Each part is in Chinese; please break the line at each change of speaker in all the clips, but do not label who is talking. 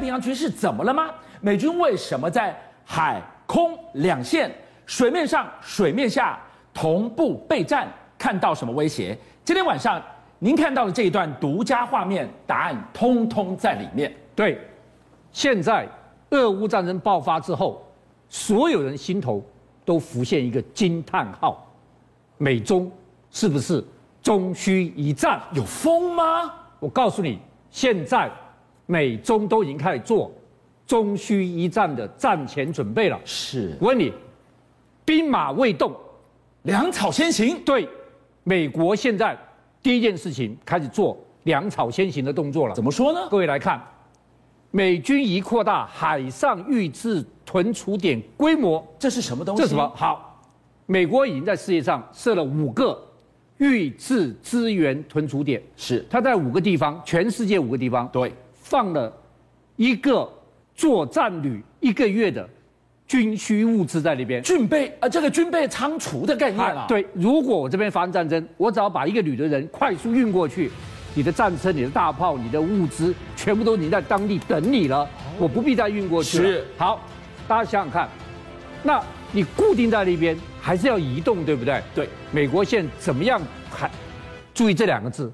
平洋局势怎么了吗？美军为什么在海空两线、水面上、水面下同步备战？看到什么威胁？今天晚上您看到的这一段独家画面，答案通通在里面。
对，现在俄乌战争爆发之后，所有人心头都浮现一个惊叹号：美中是不是终须一战？
有风吗？
我告诉你，现在美中都已经开始做终须一战的战前准备了。
是，
我问你，兵马未动，
粮草先行。
对，美国现在第一件事情开始做粮草先行的动作了
怎。么说呢？
各位来看，美军已扩大海上预制存储点规模，
这是什么东西？
这是什么？？好，美国已经在世界上设了五个预制资源存储点，
是，
它在五个地方，全世界五个地方
对，
放了一个作战旅一个月的军需物资在里边。
军备呃，这个军备仓储的概念啊。，
对，如果我这边发生战争，我只要把一个旅的人快速运过去，你的战车、你的大炮、你的物资，全部都已经在当地等你了，我不必再运过去了。
哦是，
好，大家想想看，那你固定在那边，还是要移动，对不对？
对，
美国现在怎么样海？注意这两个字，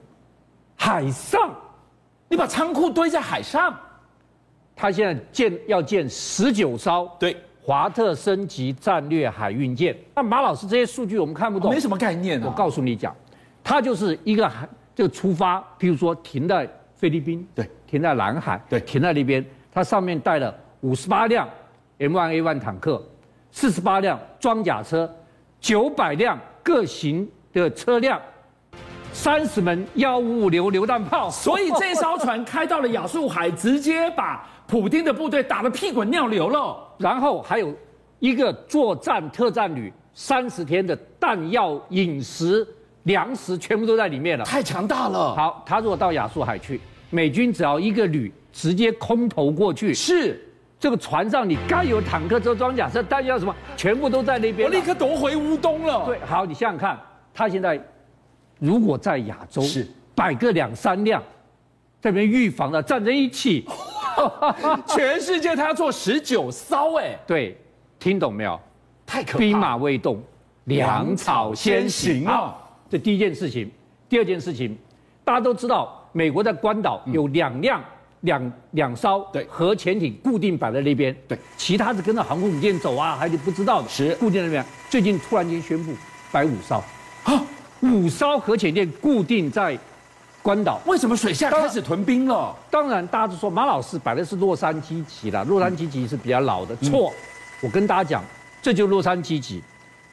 海上，
你把仓库堆在海上。
它现在建要建十九艘。
对，
华特升级战略海运舰，那马老师这些数据我们看不懂，
没什么概念啊。
我告诉你讲，它就是一个海，这个出发，譬如说停在菲律宾，
对，
停在南海，
对
停在那边，它上面带了五十八辆 M1A1 坦克，四十八辆装甲车，九百辆各型的车辆，三十门幺五五榴榴弹炮，
所以这艘船开到了亚速海，直接把普丁的部队打得屁滚尿流了。
然后还有一个作战特战旅，三十天的弹药、饮食、粮食全部都在里面了。
太强大了。
好，他如果到亚速海去，美军只要一个旅直接空投过去，
是
这个船上你该有坦克车、装甲车、弹药什么，全部都在那边
我
了。
哦立刻夺回乌东了。，
对，好，你想想看，他现在如果在亚洲
是
摆个两三辆，这边预防了战争一起，
哦全世界他要做十九艘，哎，
对，听懂没有？
太可怕了。
兵马未动，粮草先行
粮草先行啊
啊！这第一件事情，第二件事情，大家都知道，美国在关岛有两辆、两两艘
嗯对
核潜艇固定摆在那边，
对，
其他是跟着航空母舰走啊，还是不知道的，
是
固定在那边。最近突然间宣布摆五艘，
啊，
五艘核潜艇固定在关岛。
为什么水下开始屯兵了？
当然，大家都说马老师摆的是洛杉矶级啦，洛杉矶级是比较老的。错，我跟大家讲，这就是洛杉矶级。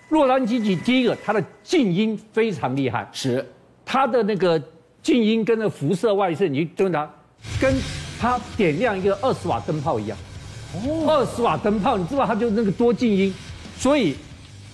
洛杉矶级第一个，它的静音非常厉害，
是
它的那个静音跟那辐射外射，你就拿，跟它点亮一个二十瓦灯泡一样。二十瓦灯泡，你知道它就那个多静音，所以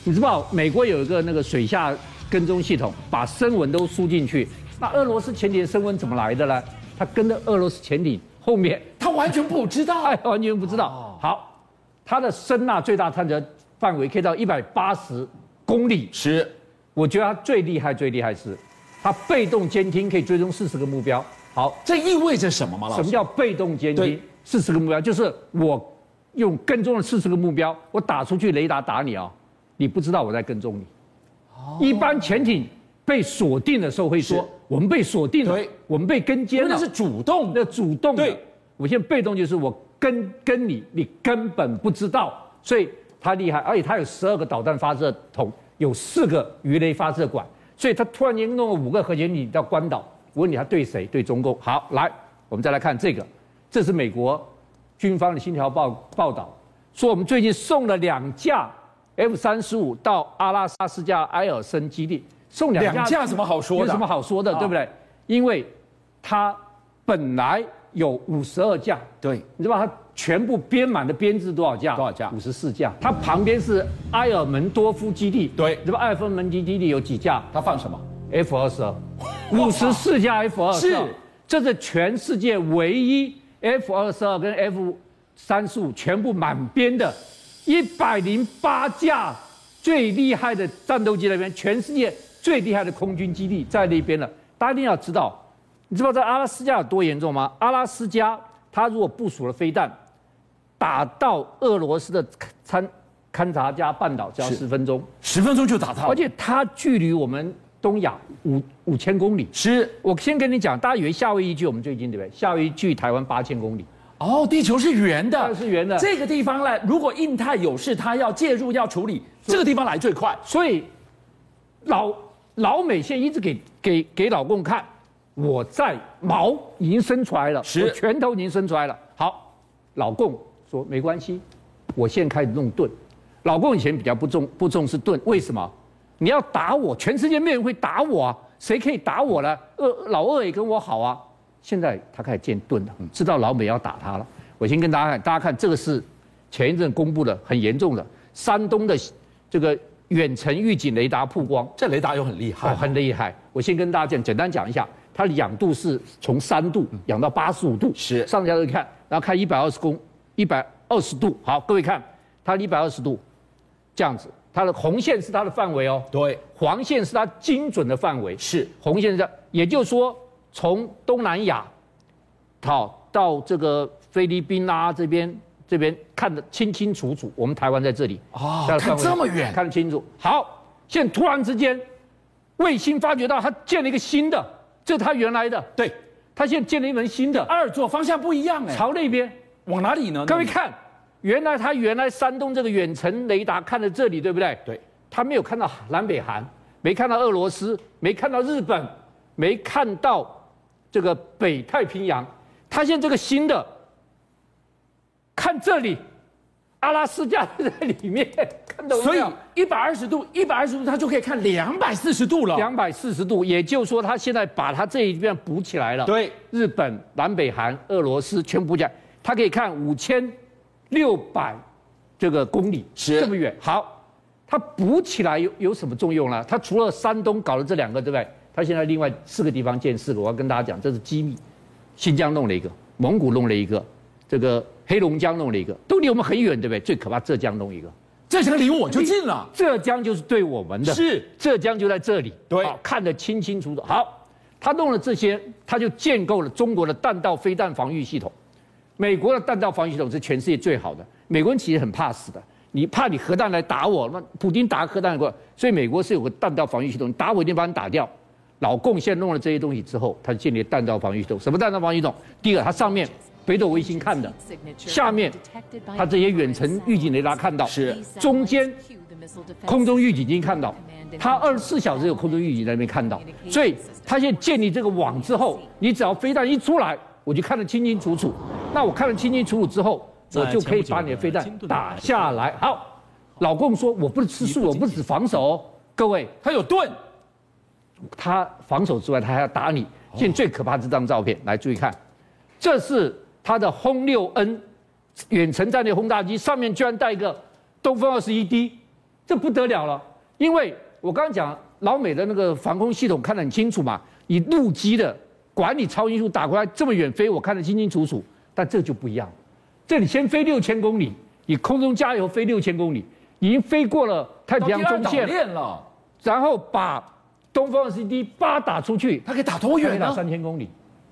你知道美国有一个那个水下跟踪系统，把声纹都输进去。那俄罗斯潜艇的声纹怎么来的呢？它跟着俄罗斯潜艇后面，
他完全不知道
哎，完全不知
哦
道。好，它的声呐最大探测范围可以到一百八十公里，
是
我觉得它最厉害最厉害是，它被动监听可以追踪四十个目标。好，
这意味着什么吗？老
什么
师，
叫被动监
对
听？四十个目标，就是我用跟踪了四十个目标，我打出去雷达打你啊、你不知道我在跟踪你。一般潜艇被锁定的时候会
哦是
说，我们被锁定了
对，
我们被跟
因
监
为那
了，
是主动的，
那主动的。
对
我现在被动就是我跟跟你，你根本不知道，所以它厉害，而且它有十二个导弹发射筒，有四个鱼雷发射管，所以它突然间弄了五个核潜艇到关岛，我问你它对谁？对中共？好，来，我们再来看这个，这是美国军方的《新潮报》报道说，我们最近送了两架 F 三十五到阿拉斯加埃尔森基地，送两架，
两架有什么好说
有
的
什么？好说的
啊，
对不对？因为它本来有五十二架，
对，
你知道它全部编满的编制多少架？
多少架
五十四架。它旁边是埃尔门多夫基地，
对
你知道埃尔门基地有几架
他放什么？
F 二十二？五十四架 F 二
是
十二，这是全世界唯一 F 二十二跟 F 三十五全部满编的，一百零八架最厉害的战斗机那边，全世界最厉害的空军基地在那边了。大家一定要知道，你知道在阿拉斯加有多严重吗？阿拉斯加他如果部署了飞弹，打到俄罗斯的堪堪察加半岛只要
是
十分钟，
十分钟就打到
而，且它距离我们东亚五五千公里。
是
我先跟你讲，大家以为夏威夷距我们最近，对不对？夏威夷距台湾八千公里，
哦，地球是圆
当
的
然，是圆的。
这个地方呢，如果印太有事，他要介入要处理，这个地方来最快。
所以老老美现在一直给给给老共看，我在毛已经伸出来了，
是
我拳头已经伸出来了。好，老共说没关系，我现在开始弄盾。老共以前比较不重不重视盾，为什么？你要打我，全世界没有人会打我啊，谁可以打我呢？二老二也跟我好啊。现在他开始建盾了，知道老美要打他了。我先跟大家看，大家看这个是前一阵公布的很严重的山东的这个远程预警雷达曝光，
这雷达又很厉
哦，很厉害。我先跟大家讲，简单讲一下，它的仰度是从三度仰到八十五度，
是
上下都看，然后看一百二十公一百二十度。好，各位看，它一百二十度这样子，它的红线是它的范围哦，
对，
黄线是它精准的范围，
是
红线是它，也就是说从东南亚，好到这个菲律宾啊这边这边看得清清楚楚，我们台湾在这里
哦
它的
看
范围
这么远，
看得清楚。好，现在突然之间，卫星发觉到它建了一个新的，这是它原来的，
对，
它现在建了一门新的，
二座方向不一样哎，
朝那边。
往哪里呢？
各位看，原来它原来山东这个远程雷达看的这里，对不对？
对，
他没有看到南北韩，没看到俄罗斯，没看到日本，没看到这个北太平洋。他现在这个新的，看这里，阿拉斯加在里面，看懂
所
没
以
有？
一百二十度，一百二十度，它就可以看两百四十度了。
两百四十度，也就是说，他现在把他这一边补起来了。
对，
日本、南北韩、俄罗斯全部讲，他可以看五千六百这个公里，
是
这么远。好，他补起来有有什么作用呢？他除了山东搞了这两个，对不对？他现在另外四个地方建四个，我要跟大家讲，这是机密。新疆弄了一个，蒙古弄了一个，这个黑龙江弄了一个，都离我们很远，对不对？最可怕，浙江弄一个，
这城离我就近了。
浙江就是对我们的。
是
浙江就在这里，
对
好看得清清楚楚。好，他弄了这些，他就建构了中国的弹道飞弹防御系统。美国的弹道防御系统是全世界最好的，美国人其实很怕死的，你怕你核弹来打我，那普京打核弹过来，所以美国是有个弹道防御系统，你打我一定把你打掉。老共现在弄了这些东西之后，他建立弹道防御系统。什么弹道防御系统？第一个，它上面北斗卫星看的，
下面
它
它
这
这
些
些
远
远
程
程
预
预
警
警
雷
雷
达
达
看
看
到
到，
是
中
中
间
间空
空中
中
预
预
警
警
已
已
经
经
看
看
到
到，，
它
它
二
二
十
十
四
四
小
小
时
时
有
有空
空中
中
预
预
警
警
在
在
那
那
边
边
看
看
到
到，，
所
所
以
以
它
它
现
现
在
在
建
建
立
立
这
这
个
个
网
网
之
之
后
后，，你只要飞弹一出来，我就看得清清楚楚。那我看得清清楚楚之后，我就可以把你的飞弹打下来。好，老共说我不是吃素，我不止防守、哦，各位，
它有盾，
他防守之外，他还要打你。
哦
现在最可怕的这张照片，来注意看，这是他的轰六 N 远程战略轰炸机，上面居然带一个东风二十一 D，这不得了了。因为我刚刚讲老美的那个防空系统看得很清楚嘛，以陆基的管理超音速打过来这么远飞，我看得清清楚楚。但这就不一样，这里先飞六千公里，以空中加油飞六千公里，已经飞过了太
到
平
第
洋
二
中
岛
线了。
链了，
然后把东风二十一 D 八打出去，
它可以打多远哦
到
呢？
三千公里，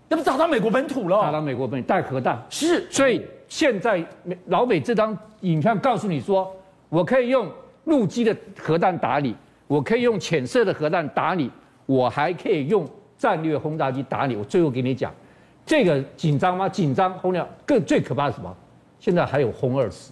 那不打到美国本土
打
了？
到美国本土带核弹。
是，
所以现在美老美这张影片告诉你说，我可以用陆基的核弹打你，我可以用潜射的核弹打你，我还可以用战略轰炸机打你。我最后给你讲，这个紧张吗？紧张。轰炸更最可怕的是什么？现在还有轰二十，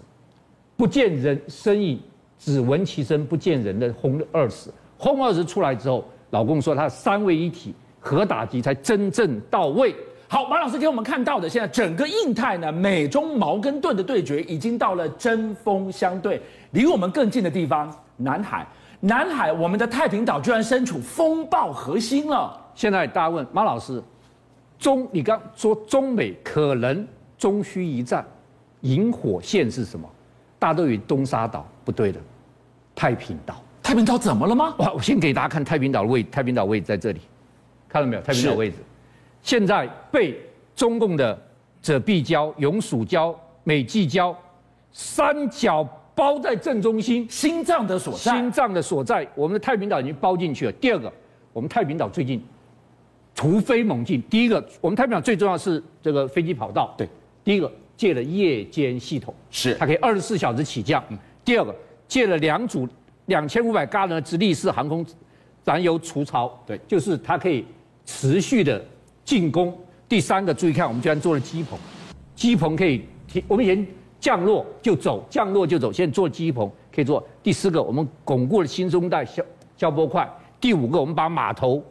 不见人身影，只闻其声，不见人的轰二十。轰二十出来之后，老共说他三位一体核打击才真正到位。
好，马老师给我们看到的，现在整个印太呢，美中矛跟盾的对决已经到了针锋相对。离我们更近的地方，南海，南海，我们的太平岛居然身处风暴核心了。
现在大家问马老师，中你刚说中美可能中须一战，引火线是什么？大家都以为东沙岛不对的，太平岛。
太平岛怎么了吗？
哇，我先给大家看太平岛的位，太平岛位置在这里，看到没有？太平岛
是
位置，现在被中共的者必礁、永暑礁、美济礁三角包在正中心，
心脏的所在
心，脏的所在，我们的太平岛已经包进去了。第二个，我们太平岛最近突飞猛进。第一个，我们太平岛最重要是这个飞机跑道，
对，
第一个借了夜间系统，
是
它可以二十四小时起降；第二个借了两组两千五百伽的直立式航空燃油储槽，
对
就是它可以持续的进攻。第三个，注意看，我们居然做了机棚，机棚可以提，我们以前降落就走，降落就走，现在做机棚可以做。第四个，我们巩固了新中带消消波块。第五个，我们把码头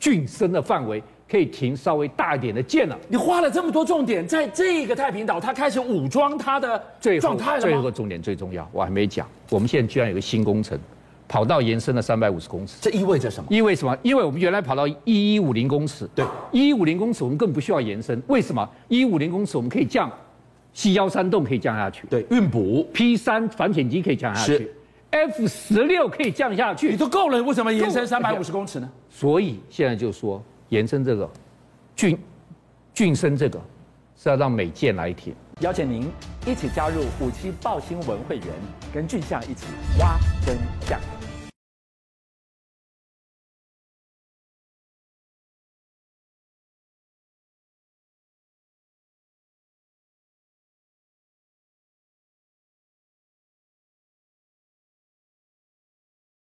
浚深的范围可以停稍微大一点的舰了。
你花了这么多重点在这个太平岛，它开始武装它的
最后
状态
最
了
后一
吗
个？重点最重要，我还没讲，我们现在居然有个新工程，跑道延伸了三百五十公尺。
这意味着什么？
因为什么？因为我们原来跑到一一五零公尺，
对，
一五零公尺我们更不需要延伸。为什么？一五零公尺我们可以降，西幺三洞可以降下去，
对，运补，
，P 三反潜机可以降下去
是
，F 十六可以降下
你
去。
都够了，为什么延伸
够
三百五十公尺呢？
所以现在就说延伸这个，俊俊生这个是要让美舰来填。
邀请您一起加入五七报新闻会员，跟俊相一起挖真相。